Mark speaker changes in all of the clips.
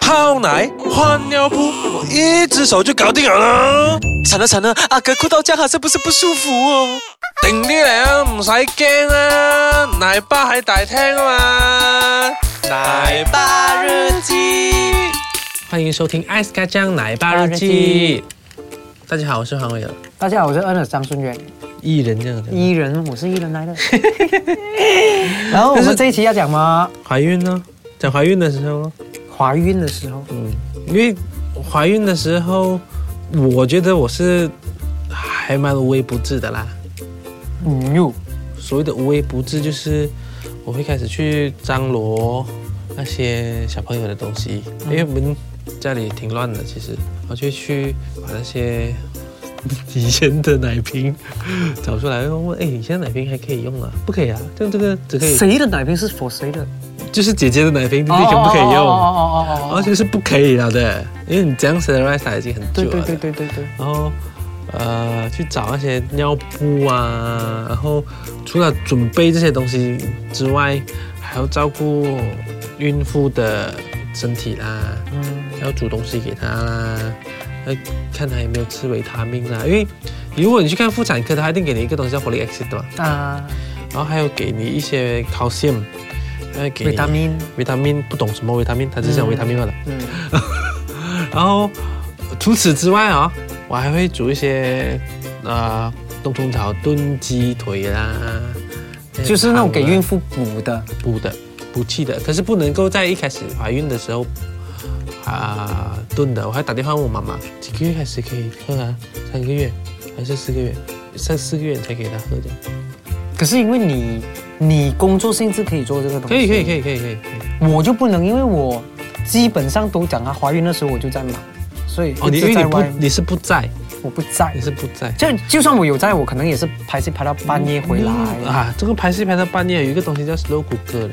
Speaker 1: 泡奶、换尿布，我一只手就搞定了啦。
Speaker 2: 惨了惨了，阿哥哭到这样，是不是不舒服哦？
Speaker 1: 定啲嚟啊，唔使惊啊，奶爸喺大厅啊嘛。奶
Speaker 2: 爸日记，
Speaker 3: 欢迎收听《艾斯卡酱奶爸日记》。大家好，我是黄伟尔，
Speaker 4: 大家好，我是 Ernest 张顺元，
Speaker 3: 艺人这样子。
Speaker 4: 艺人，我是艺人 来的。然后我们这一期要讲吗？
Speaker 3: 怀孕呢？讲怀孕的时候咯，
Speaker 4: 怀孕的时候，
Speaker 3: 嗯因为怀孕的时候，我觉得我是还蛮无微不至的啦。
Speaker 4: 嗯哟，
Speaker 3: 所谓的无微不至，就是我会开始去张罗那些小朋友的东西，因为我们家里挺乱的，其实我就去把那些 以前的奶瓶找出来，问哎，以前的奶瓶还可以用啊？不可以啊，像这个只可以，
Speaker 4: 谁的奶瓶是 for 谁的？
Speaker 3: 就是姐姐的奶瓶，弟弟可不可以
Speaker 4: 哦
Speaker 3: 用？
Speaker 4: 哦哦哦
Speaker 3: 而
Speaker 4: 哦哦，
Speaker 3: 且是不可以了的，因为你这样 s e r i z e 已经很久
Speaker 4: 对
Speaker 3: 了
Speaker 4: 对
Speaker 3: 的。
Speaker 4: 对对对对，
Speaker 3: 然后呃去找那些尿布啊，然后除了准备这些东西之外，还要照顾孕妇的身体啦，
Speaker 4: 嗯，
Speaker 3: 要煮东西给她啦，要看她有没有吃维他命啦，因为。如果你去看妇产科，他一定给你一个东西叫 folic acid 的嘛，
Speaker 4: 啊，
Speaker 3: 然后还有给你一些 calcium，还有给你
Speaker 4: 维他命，
Speaker 3: 维他命，不懂什么维他命，他只讲维他命罢了。
Speaker 4: 嗯，
Speaker 3: 然后除此之外啊、我还会煮一些呃冬虫草炖鸡腿啊啦，
Speaker 4: 就是那种给孕
Speaker 3: 孕
Speaker 4: 妇补的，
Speaker 3: 补的啊补气的，可是不能够在一开始怀孕的时候啊、炖的。我还打电话问我妈妈，几个月开始可以喝啊？三个月还是四个月？三四个月才给她喝的。
Speaker 4: 可是因为你你工作性质可以做这个东西，
Speaker 3: 可以可以可以可以可以。可以
Speaker 4: 我就不能，因为我基本上都讲她怀孕的时候我就在忙，所以
Speaker 3: 哦，
Speaker 4: 一
Speaker 3: 你因为
Speaker 4: 直
Speaker 3: 你
Speaker 4: 在
Speaker 3: 不
Speaker 4: 外面，
Speaker 3: 你是不在，
Speaker 4: 我不在
Speaker 3: 你。是不在。
Speaker 4: 就就算我有在，我可能也是拍戏拍到半夜回来。
Speaker 3: 啊，这个拍戏拍到半夜，有一个东西叫 slow cooker 的，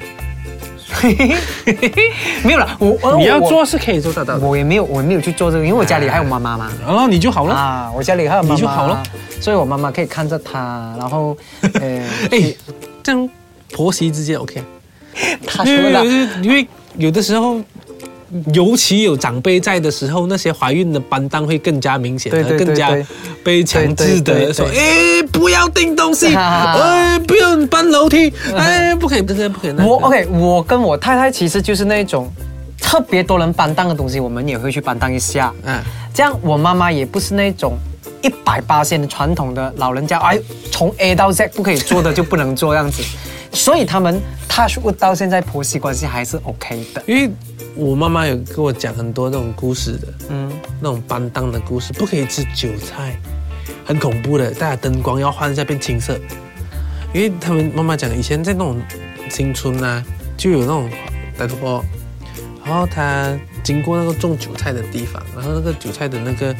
Speaker 4: 嘿嘿嘿嘿嘿没有啦，哦我而
Speaker 3: 你要
Speaker 4: 我
Speaker 3: 做是可以做得到的。
Speaker 4: 我也没有，我也没有去做这个，因为我家里还有妈妈嘛。
Speaker 3: 然后你就好了。
Speaker 4: 啊，我家里还有妈妈，
Speaker 3: 你就好了，
Speaker 4: 所以我妈妈可以看着她，然后， 呃，
Speaker 3: 哎，这样婆媳之间 OK，
Speaker 4: 她
Speaker 3: 因
Speaker 4: 说
Speaker 3: 为
Speaker 4: 的，
Speaker 3: 因为有的时候，尤其有长辈在的时候，那些怀孕的担当会更加明显，
Speaker 4: 对对对
Speaker 3: 更加
Speaker 4: 对
Speaker 3: 被强制
Speaker 4: 对对
Speaker 3: 的
Speaker 4: 对
Speaker 3: 说，
Speaker 4: 对
Speaker 3: 哎，不要订东 西，哎，不要搬楼梯，哎，不可以，真的不可以。那个
Speaker 4: 我 OK，我跟我太太其实就是那种特别多人搬档的东西，我们也会去搬档一下。
Speaker 3: 啊，
Speaker 4: 这样我妈妈也不是那种一百八线的传统的老人家，哎，从 A 到 Z 不可以做的就不能做这样子，所以他们 touch wood 到现在婆媳关系还是 OK 的。
Speaker 3: 因为我妈妈有跟我讲很多那种故事的，
Speaker 4: 嗯，
Speaker 3: 那种搬档的故事，不可以吃韭菜，很恐怖的。大家灯光要换一下变青色，因为他们妈妈讲以前在那种新村啊，就有那种歹徒婆，然后他经过那个种韭菜的地方，然后那个韭菜的那个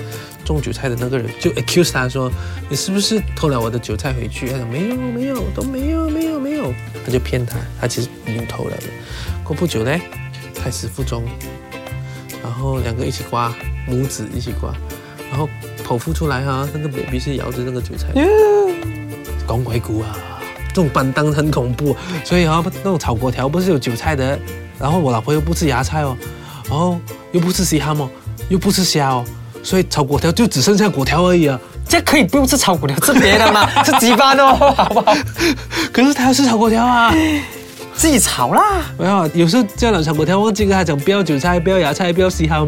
Speaker 3: 种韭菜的那个人就 accuse 他说你是不是偷了我的韭菜回去？他讲没有没有都没有没有没有，他就骗他，他其实有偷了的。过不久呢，开始腹中，然后两个一起刮，拇指一起刮，然后剖腹出来哈、那个 baby 是摇着那个韭菜，讲鬼故啊，这种板凳很恐怖，所以啊，那种炒粿条不是有韭菜的，然后我老婆又不吃芽菜哦，然后又不吃西哈哦，又不吃虾哦，所以炒粿条就只剩下粿条而已啊。
Speaker 4: 这可以不用吃炒股了，吃别的吗？吃鸡巴的哦，好不好？
Speaker 3: 可是他要吃炒粿条啊，
Speaker 4: 自己炒啦。
Speaker 3: 没有，有时候叫了炒粿条，忘记跟他讲不要韭菜，不要芽菜，不要西哈，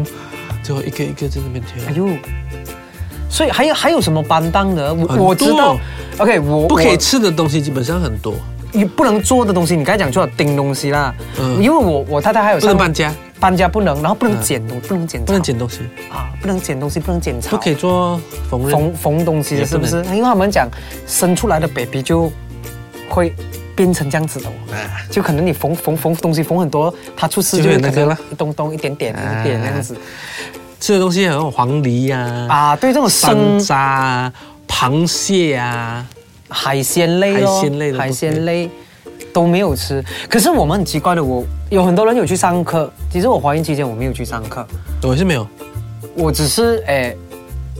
Speaker 3: 最后一个一个在那边挑
Speaker 4: 哎。呦，所以还有还有什么搬档的？
Speaker 3: 很
Speaker 4: 我
Speaker 3: 多
Speaker 4: 我知道，OK，我
Speaker 3: 不可以
Speaker 4: 我
Speaker 3: 吃的东西基本上很多，
Speaker 4: 你不能做的东西，你刚才讲错了，钉东西啦。
Speaker 3: 嗯
Speaker 4: 因为我我太太还有
Speaker 3: 不能
Speaker 4: 上
Speaker 3: 搬家，
Speaker 4: 搬家不能，然后不能剪东，不能剪草，
Speaker 3: 不能捡东西，
Speaker 4: 啊，不能剪东西，不能剪草，
Speaker 3: 不可以做缝纫
Speaker 4: 缝。缝东西
Speaker 3: 也
Speaker 4: 的，
Speaker 3: 不
Speaker 4: 是不是？因为他们讲生出来的 baby 就会变成这样子的哦，就可能你缝缝缝东西缝很多，它出事就
Speaker 3: 啊就会
Speaker 4: 会
Speaker 3: 有那
Speaker 4: 可
Speaker 3: 个
Speaker 4: 能
Speaker 3: 啦
Speaker 4: 一东东一点点
Speaker 3: 啊
Speaker 4: 一点这样子
Speaker 3: 吃的东西还有黄梨呀、啊、
Speaker 4: 啊。对这种
Speaker 3: 山
Speaker 4: 生
Speaker 3: 楂啊、螃蟹啊，
Speaker 4: 海鲜类咯，
Speaker 3: 海鲜类的
Speaker 4: 海鲜类都没有吃。可是我们很奇怪的，我有很多人有去上课，其实我怀孕期间我没有去上课，
Speaker 3: 我是没有。
Speaker 4: 我只是诶。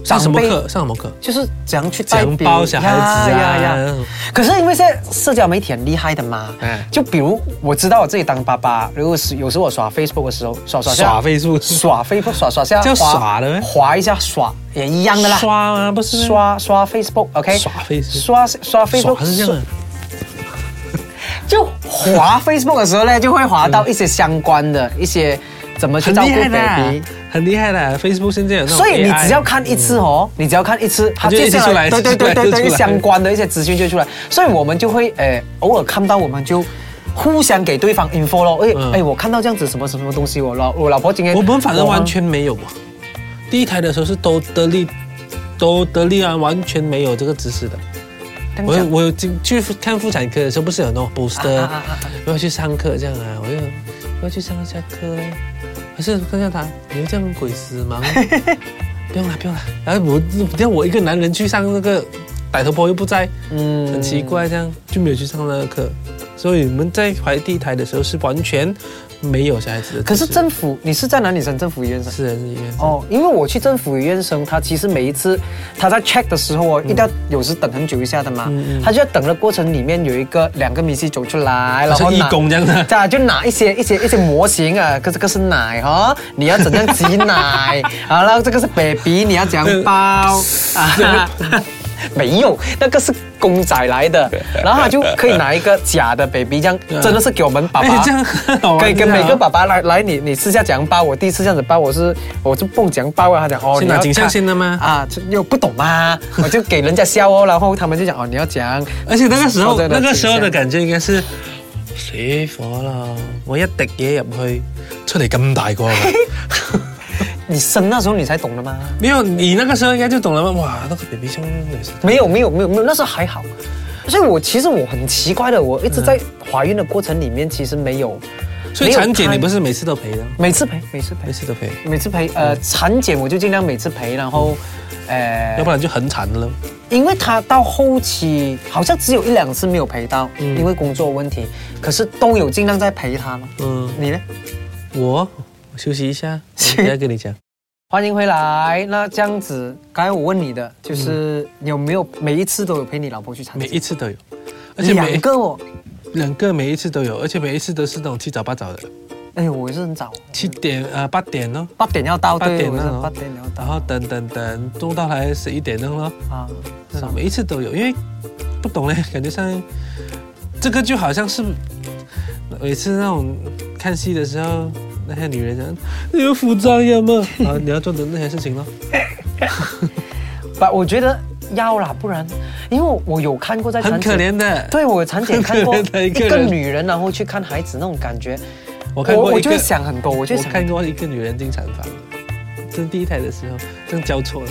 Speaker 3: 上什么
Speaker 4: 长辈
Speaker 3: 课？上什么课？
Speaker 4: 就是怎样去
Speaker 3: 怎样
Speaker 4: 代表
Speaker 3: 包小孩子啊那种
Speaker 4: 可是因为现在社交媒体很厉害的嘛，
Speaker 3: 嗯
Speaker 4: 就比如我知道我自己当爸爸，如果是有时候我刷 Facebook 的时候，刷刷下
Speaker 3: 耍 Facebook
Speaker 4: 耍 Facebook 刷刷下，
Speaker 3: 叫
Speaker 4: 滑
Speaker 3: 耍的咩
Speaker 4: 滑一下耍也一样的啦，
Speaker 3: 刷吗？不是咩
Speaker 4: 刷刷 Facebook，OK，、
Speaker 3: 耍 Facebook
Speaker 4: 刷刷 Facebook，
Speaker 3: 耍是这样的。
Speaker 4: 就滑 Facebook 的时候呢，就会滑到一些相关的一些怎么去
Speaker 3: 很
Speaker 4: 照
Speaker 3: 厉
Speaker 4: 顾
Speaker 3: 害的啊
Speaker 4: baby。，
Speaker 3: 很厉害的。Facebook 现在有那种 AI，
Speaker 4: 所以你只要看一次哦，你只要看一次，它
Speaker 3: 就一直
Speaker 4: 接下
Speaker 3: 出来
Speaker 4: 对对对
Speaker 3: 一
Speaker 4: 对
Speaker 3: 直出来
Speaker 4: 对，相关的一些资讯就出来，所以我们就会呃偶尔看到我们就。互相给对方 info 咯，哎、
Speaker 3: 嗯
Speaker 4: 哎，我看到这样子什么什么东西，我老我老婆今天
Speaker 3: 我们反正完全没
Speaker 4: 哦
Speaker 3: 有啊。第一台的时候是都得利，都得利啊，完全没有这个知识的。
Speaker 4: 跟你
Speaker 3: 我有
Speaker 4: 讲
Speaker 3: 我有进去看妇产科的时候，不是有那种 poster，
Speaker 4: 啊啊啊啊
Speaker 3: 我要去上课这样啊，我要我要去上一下课，可是看看他，你又这样鬼死 忙，不用了不用了，然后我让我一个男人去上那个歹头婆又不在，嗯，很奇怪这样就没有去上那个课，所以我们在怀第一胎的时候是完全没有小孩子的知识，
Speaker 4: 可是政府，你是在哪里生政府医院生？
Speaker 3: 私人医院
Speaker 4: 哦，因为我去政府医院生，他其实每一次他在 check 的时候哦，一定要有时等很久一下的嘛，
Speaker 3: 嗯
Speaker 4: 他就在等的过程里面有一个两个明星走出来，然
Speaker 3: 好
Speaker 4: 后
Speaker 3: 像义
Speaker 4: 拿
Speaker 3: 工这样的。
Speaker 4: 对啊，就拿一些一些一些模型啊，这这个是奶哈、哦，你要怎样挤奶？好了，这个是 baby，你要怎样 抱啊？没有，那个是公仔 来的，然后他就可以拿一个假的 baby，这样真的是给我们爸
Speaker 3: 啊哎
Speaker 4: 爸，
Speaker 3: 这样很好玩啊
Speaker 4: 可以跟
Speaker 3: 这样
Speaker 4: 每个爸爸来来，你你试下怎样抱。我第一次这样子抱，我是我就蹦怎样抱啊，他讲哦，
Speaker 3: 是
Speaker 4: 你
Speaker 3: 拿
Speaker 4: 要
Speaker 3: 颈项线的吗
Speaker 4: 啊，就又不懂嘛， 我就给人家笑哦，然后他们就讲哦哦，你要怎样，
Speaker 3: 而且那个时候
Speaker 4: 操作
Speaker 3: 那个时候
Speaker 4: 颈
Speaker 3: 的
Speaker 4: 项
Speaker 3: 感覺應該是死火啦！我一滴嘢入去，出嚟咁大 個㗎
Speaker 4: 你生那时候你才懂的吗？
Speaker 3: 没有，你那个时候應該就懂了嘛？哇，那個 baby 胸女生
Speaker 4: 没有没有没有没有，那时候还好。所以我其实我很奇怪的，我一直在怀孕的过程里面，其实没有，
Speaker 3: 所以产检你不
Speaker 4: 是
Speaker 3: 是每次都陪的，
Speaker 4: 每次陪每次
Speaker 3: 每
Speaker 4: 陪
Speaker 3: 次都 嗯陪，
Speaker 4: 每次陪呃产检我就尽量每次陪，然后呃
Speaker 3: 要不然就很惨了。
Speaker 4: 因为他到后期好像只有一两次没有陪到，
Speaker 3: 嗯
Speaker 4: 因为工作问题，可是都有尽量在陪他了。
Speaker 3: 嗯，
Speaker 4: 你呢？
Speaker 3: 我我休息一下，我等一下跟你讲。
Speaker 4: 欢迎回来。那这样子，刚才我问你的就是、有没有每一次都有陪你老婆去产
Speaker 3: 每
Speaker 4: 检？
Speaker 3: 一次都有，而且每
Speaker 4: 两个哦，
Speaker 3: 两个每一次都有，而且每一次都是那种七早八早的，
Speaker 4: 哎呦，我也是很早，
Speaker 3: 七点呃八点咯，
Speaker 4: 八点要到，
Speaker 3: 八
Speaker 4: 对，
Speaker 3: 点啊
Speaker 4: 我是
Speaker 3: 咯
Speaker 4: 八点要
Speaker 3: 然
Speaker 4: 到
Speaker 3: 后等等等，弄到来十一点钟咯。
Speaker 4: 啊。
Speaker 3: 是嗯每一次都有，因为不懂嘞，感觉上这个就好像是每次那种看戏的时候，那些女人讲你有服装要 吗？啊，你要做的那些事情咯。
Speaker 4: 不，我觉得要啦，不然，因为我有看过在
Speaker 3: 很
Speaker 4: 产
Speaker 3: 可
Speaker 4: 检，
Speaker 3: 怜的。
Speaker 4: 对我产检看过
Speaker 3: 很可怜的一
Speaker 4: 一
Speaker 3: 个
Speaker 4: 个
Speaker 3: 人
Speaker 4: 女人，然后去看孩子那种感觉，
Speaker 3: 我看
Speaker 4: 我
Speaker 3: 过
Speaker 4: 我
Speaker 3: 一
Speaker 4: 就
Speaker 3: 个
Speaker 4: 会，想很多，我就
Speaker 3: 我
Speaker 4: 会想
Speaker 3: 看，过一个女人进产房的，生第一胎的时候，正交错了，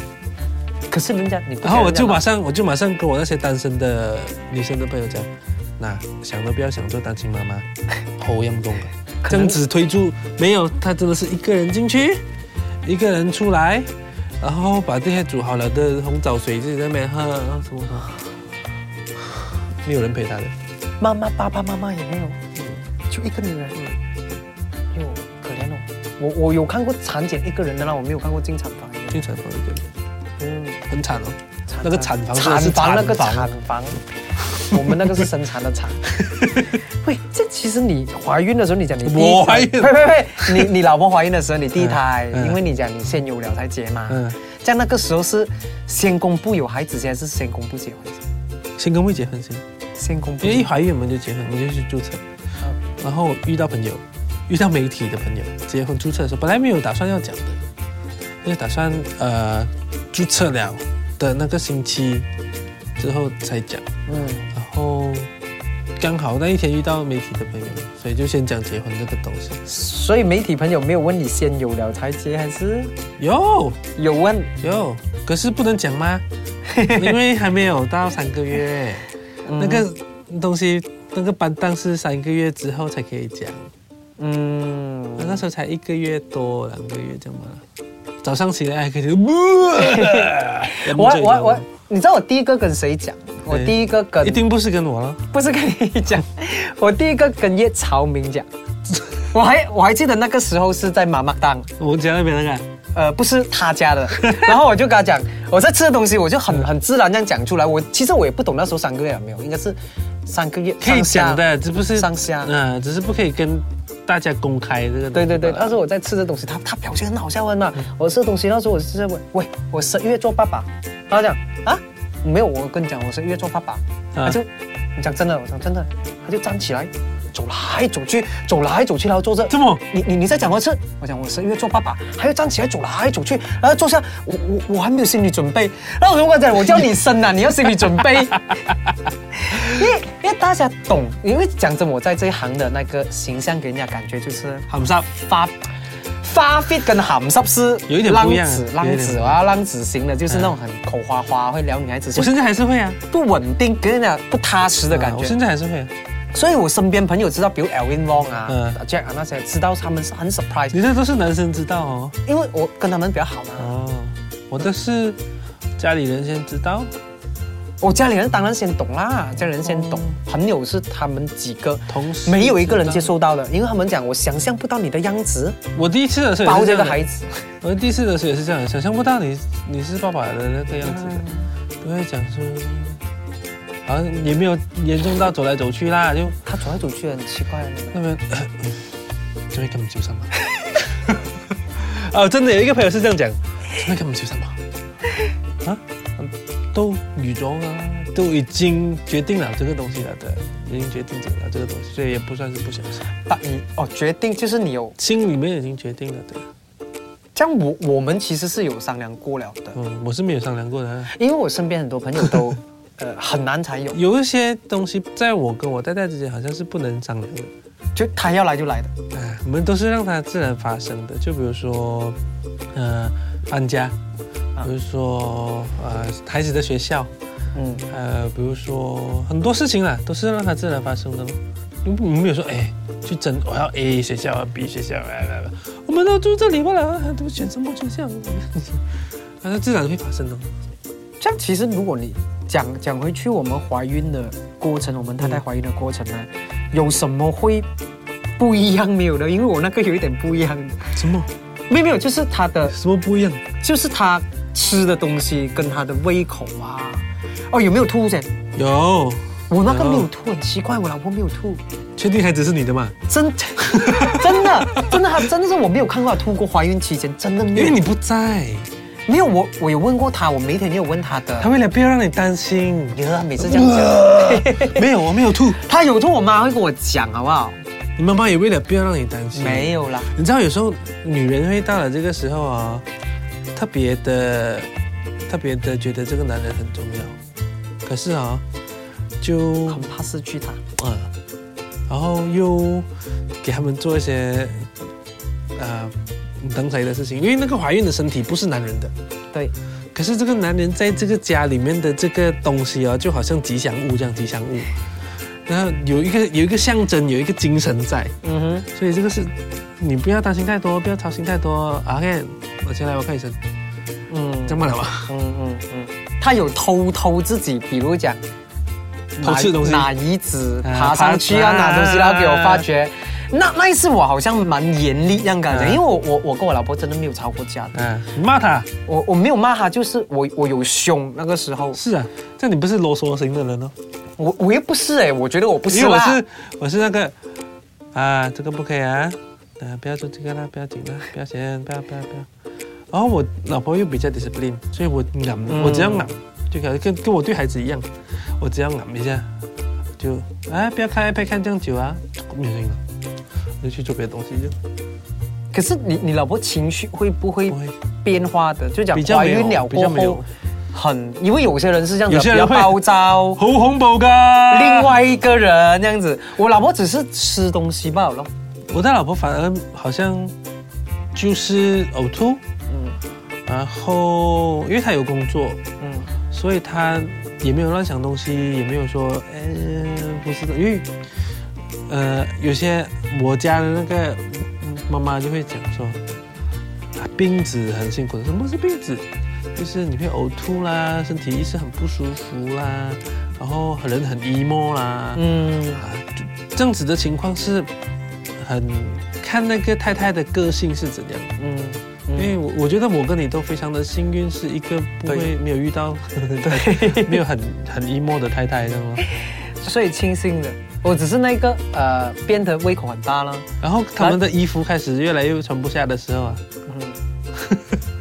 Speaker 4: 可是人家你不觉得
Speaker 3: 然后我
Speaker 4: 人家
Speaker 3: 就马
Speaker 4: 老
Speaker 3: 上我就马上跟我那些单身的女生的朋友讲，那想都不要想做单亲妈妈， 好阴功啊！
Speaker 4: 可
Speaker 3: 这
Speaker 4: 能
Speaker 3: 样子推出，没有，他真的是一个人进去，一个人出来，然后把这些煮好了的红枣水自己在那边喝，然后什么什么，没有人陪他的，
Speaker 4: 妈妈爸爸妈妈也没有，就一个女人，哟可怜哦。我我有看过产检一个人的啦，我没有看过进产房一个人。
Speaker 3: 进产房一个人，
Speaker 4: 嗯，
Speaker 3: 很惨哦。
Speaker 4: 产
Speaker 3: 那个 产房真的
Speaker 4: 产
Speaker 3: 是
Speaker 4: 房那个
Speaker 3: 产
Speaker 4: 产
Speaker 3: 房
Speaker 4: 房，我们那个是生产的 产。喂，这其实你怀孕的时候，你讲你第一
Speaker 3: 我怀孕
Speaker 4: 呸呸呸！你你老婆怀孕的时候，你第一胎，
Speaker 3: 嗯嗯
Speaker 4: 因为你讲你先有了才结嘛。
Speaker 3: 嗯
Speaker 4: 像那个时候是先公布有孩子，现在是先公布结婚，
Speaker 3: 先跟未结婚先，
Speaker 4: 先公布
Speaker 3: 因为一怀孕我们就结婚，我们就去注册，然后遇到朋友，遇到媒体的朋友，结婚注册的时候，本来没有打算要讲的，因为打算呃注册了的那个星期之后才讲。
Speaker 4: 嗯，
Speaker 3: 然后刚好那一天遇到媒体的朋友，所以就先讲结婚这个东西。
Speaker 4: 所以媒体朋友没有问你先有了才结还是
Speaker 3: 有
Speaker 4: 有问？
Speaker 3: 有，可是不能讲吗？ 因为还没有到三个月，
Speaker 4: 嗯
Speaker 3: 那个东西那个班档是三个月之后才可以讲，
Speaker 4: 嗯，
Speaker 3: 那时候才一个月多两个月这么了。早上起来还哎 可以，我
Speaker 4: 我我我，你知道我第一个跟谁讲？我
Speaker 3: 对
Speaker 4: 第一个跟
Speaker 3: 一定不是跟我了，
Speaker 4: 不是跟你 讲，我第一个跟叶 朝明讲。我还我还记得那个时候是在妈妈档，
Speaker 3: 我家那边那个
Speaker 4: 呃，不是他 家的。然后我就跟他讲，我在吃的东西，我就很很自然这样讲出来。我其实我也不懂那时候三个月了没有，应该是三个月
Speaker 3: 可以
Speaker 4: 上下
Speaker 3: 讲的，这不是
Speaker 4: 上下
Speaker 3: 嗯、只是不可以跟大家公开这个。
Speaker 4: 对对对，，那时候我在吃的东西，他他表现很好笑问
Speaker 3: 嗯
Speaker 4: 嘛。我吃的东西，那时候我是在问，喂，我十一月做爸爸，他讲啊，没有，我跟你讲，我十一月做爸爸，
Speaker 3: 啊
Speaker 4: 他就你讲真的，我讲真的，他就站起来走来走去，走来走去，然后坐着。
Speaker 3: 这么
Speaker 4: 你你你再讲多次，我讲我十一月做爸爸，还要站起来走来走去，然后坐下，我我我还没有心理准备。然后我就跟他讲，我叫你生啊，你要心理准备。因为因为大家懂，因为讲真，我在这一行的那个形象给人家感觉就是
Speaker 3: 含沙
Speaker 4: 发发 fit 跟含湿是
Speaker 3: 有一点
Speaker 4: 浪
Speaker 3: 不一样
Speaker 4: 子
Speaker 3: 有一点
Speaker 4: 浪
Speaker 3: 不一
Speaker 4: 子
Speaker 3: 样
Speaker 4: 啊，浪子型的，就是那种很口花花，会撩女孩子，就
Speaker 3: 我
Speaker 4: 是
Speaker 3: 现在还是会啊，
Speaker 4: 不稳定，给人家不踏实的感
Speaker 3: 啊
Speaker 4: 觉。
Speaker 3: 我现在还是会、啊。
Speaker 4: 所以我身边朋友知道，比如 Elvin Wong 啊、
Speaker 3: 嗯
Speaker 4: Jack 啊那些，知道他们是很 surprise，
Speaker 3: 你这都是男生知道哦。
Speaker 4: 因为我跟他们比较好嘛。
Speaker 3: 哦，我的是家里人先知道，
Speaker 4: 我家里人当然先懂啦，家里人先懂，
Speaker 3: 嗯
Speaker 4: 朋友是他们几个。
Speaker 3: 同时
Speaker 4: 没有一个人接
Speaker 3: 知道。
Speaker 4: 受到的，因为他们讲我想象不到你的样子，
Speaker 3: 我第一次的时候也
Speaker 4: 包
Speaker 3: 是这样
Speaker 4: 着个
Speaker 3: 的
Speaker 4: 孩子，
Speaker 3: 我第一次的时候也是这样的，想象不到你你是爸爸的那个样子的，不会讲说，好像也没有严重到走来走去啦，就
Speaker 4: 他走来走去很奇怪的那个。
Speaker 3: 那边， 这边根本就上嘛。哦，真的有一个朋友是这样讲，这边根本就上嘛。 啊，都女装啊，都已经决定了这个东西了的，已经决定了这个东西，所以也不算是不小心，
Speaker 4: 大你哦，决定就是你有，
Speaker 3: 心里面已经决定了的。
Speaker 4: 这样我我们其实是有商量过了的，
Speaker 3: 嗯，我是没有商量过的啊。
Speaker 4: 因为我身边很多朋 友都呃很难才有，
Speaker 3: 有一些东西在我跟我太太之间好像是不能商量的，
Speaker 4: 就他要来就来的。
Speaker 3: 哎，我们都是让它自然发生的。就比如说，呃，搬家，比如说呃孩子的学校，
Speaker 4: 嗯，
Speaker 3: 呃，比如说很多事情啦，都是让它自然发生的咯。你不没有说哎，去争我要 A 学校啊 B 学校，来来来，我们都住这里罢了，啊都选什么学校，它啊是自然会发生的。
Speaker 4: 这样其实如果你讲讲回去，我们怀孕的过程，我们太太怀孕的过程呢，
Speaker 3: 嗯
Speaker 4: 有什么会不一样没有呢？因为我那个有一点不一样，
Speaker 3: 什么
Speaker 4: 没有没有，就是她的
Speaker 3: 什么不一样？
Speaker 4: 就是她吃的东西跟她的胃口啊，哦有没有吐先？
Speaker 3: 有，
Speaker 4: 我那个没有
Speaker 3: 有
Speaker 4: 吐，很奇怪，我老婆没有吐。
Speaker 3: 确定孩子是你的吗？
Speaker 4: 真 真的真的，他真的是我没有看过他吐过怀孕期间，真的没
Speaker 3: 因为
Speaker 4: 有
Speaker 3: 你不在，
Speaker 4: 没有我我有问过他，我每天也有问他的
Speaker 3: 他，为呃了不要让你担心，
Speaker 4: 他每次这样讲，
Speaker 3: 没有，我没有吐。
Speaker 4: 他有吐我妈会跟我讲好不好？
Speaker 3: 你妈妈也为了不要让你担心，
Speaker 4: 没有啦，
Speaker 3: 你知道有时候女人会到了这个时候啊、特别的、特别的觉得这个男人很重要，可是啊、就
Speaker 4: 很怕失去他，
Speaker 3: 啊、然后又给他们做一些呃等谁的事情，因为那个怀孕的身体不是男人的，
Speaker 4: 对，
Speaker 3: 可是这个男人在这个家里面的这个东西啊，就好像吉祥物这样，吉祥物。然后有一个有一个象征，有一个精神在，
Speaker 4: 嗯
Speaker 3: 所以这个是你不要担心太多，不要操心太多。OK，我啊先来我看医生，
Speaker 4: 哼，嗯
Speaker 3: 这么了吧？
Speaker 4: 嗯嗯嗯，他有偷偷自己，比如讲
Speaker 3: 偷吃东西
Speaker 4: 拿拿椅子
Speaker 3: 啊
Speaker 4: 爬上去啊，
Speaker 3: 爬
Speaker 4: 拿东西然后给我发觉。那那一次我好像蛮严厉这样感觉，
Speaker 3: 啊
Speaker 4: 因为我我我跟我老婆真的没有吵过架的，
Speaker 3: 嗯，你骂他
Speaker 4: 我我没有骂她，就是我我有凶那个时候，
Speaker 3: 是啊，这样你不是啰嗦型的人哦，
Speaker 4: 我我又不是哎、我觉得我不是
Speaker 3: 因为我
Speaker 4: 啦，
Speaker 3: 是我是那个啊，这个不可以啊，啊，不要做这个啦，不要紧啦，不要钱，不要不要不要。然后我老婆又比较 discipline，所以我懒，
Speaker 4: 嗯
Speaker 3: 我只要懒就可以，跟跟我对孩子一样，我只要懒一下，就啊不要看 iPad 看这样久啊，没有声音了，我就去做别的东西就
Speaker 4: 可是你你老婆情绪会不会
Speaker 3: 不会
Speaker 4: 变化的？就讲
Speaker 3: 比较
Speaker 4: 怀
Speaker 3: 没有
Speaker 4: 孕了
Speaker 3: 比较
Speaker 4: 过
Speaker 3: 没有
Speaker 4: 后，很因为有些人是这样子，
Speaker 3: 有
Speaker 4: 比
Speaker 3: 些人
Speaker 4: 较
Speaker 3: 会
Speaker 4: 暴 躁。
Speaker 3: 好恐怖噶。
Speaker 4: 另外一个人这样子，我老婆只是吃东西罢了。
Speaker 3: 我的老婆反而好像就是呕吐，
Speaker 4: 嗯
Speaker 3: 然后因为她有工作，
Speaker 4: 嗯，
Speaker 3: 所以她也没有乱想东西，也没有说，呃，不是的，因为，呃，有些我家的那个嗯妈妈就会讲说，啊病子很辛苦的，什么是病子？就是你会呕吐啦，身体一直很不舒服啦，然后人很 emo 啦，
Speaker 4: 嗯，
Speaker 3: 啊，就这样子的情况是很看那个太太的个性是怎样，
Speaker 4: 嗯，嗯
Speaker 3: 因为我我觉得我跟你都非常的幸运，是一个不会
Speaker 2: 对
Speaker 3: 没有遇到 对没有很很 emo 的太太，啊知道吗？
Speaker 4: 所以清新的。我只是那个呃，变得胃口很大了，
Speaker 3: 然后他们的衣服开始越来越穿不下的时候啊，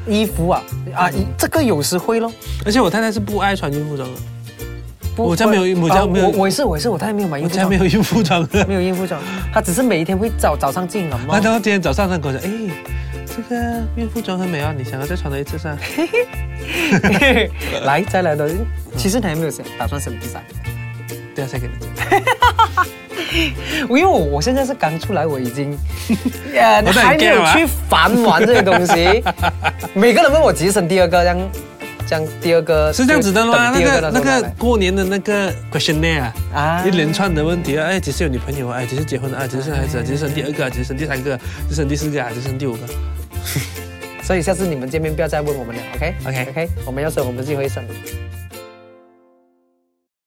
Speaker 4: 衣服啊啊，
Speaker 3: 嗯
Speaker 4: 这个有时会咯。
Speaker 3: 而且我太太是不爱穿孕妇装的，
Speaker 4: 不
Speaker 3: 我家没有我
Speaker 4: 啊
Speaker 3: 家没有
Speaker 4: 我我也是我也是，我太太没有买衣
Speaker 3: 我
Speaker 4: 服
Speaker 3: 家
Speaker 4: 装，
Speaker 3: 没有孕妇装的。
Speaker 4: 没有衣服装，她只是每一天会早早上进感冒
Speaker 3: 那。到今天早上他跟我讲，哎，这个孕妇装很美啊，你想要再穿多一次噻？
Speaker 4: 来再来的，其实你还没有想打算什么比赛，
Speaker 3: 等下再给你讲。
Speaker 4: 因为我我现在是刚出来，我 已经呃
Speaker 3: 我都很
Speaker 4: 还没
Speaker 3: care
Speaker 4: 有
Speaker 3: 啊
Speaker 4: 去烦玩这些东 西。每个人问我几时生第二个，这样这样第二个
Speaker 3: 是这样子的吗？
Speaker 4: 等
Speaker 3: 那
Speaker 4: 第
Speaker 3: 个
Speaker 4: 二
Speaker 3: 那
Speaker 4: 的时候再
Speaker 3: 个
Speaker 4: 来
Speaker 3: 过年的那个 questionnaire 啊，
Speaker 4: 啊
Speaker 3: 一连串的问题啊，哎，几时有女朋友啊？哎，几时结婚啊？几时生孩子啊？几时生第二个啊？几时生第三个啊？几时生第四个啊？几时生第五个？
Speaker 4: 所以下次你们见面不要再问我们了，OK？OK
Speaker 3: OK
Speaker 4: OK，我们要生我们自己会生。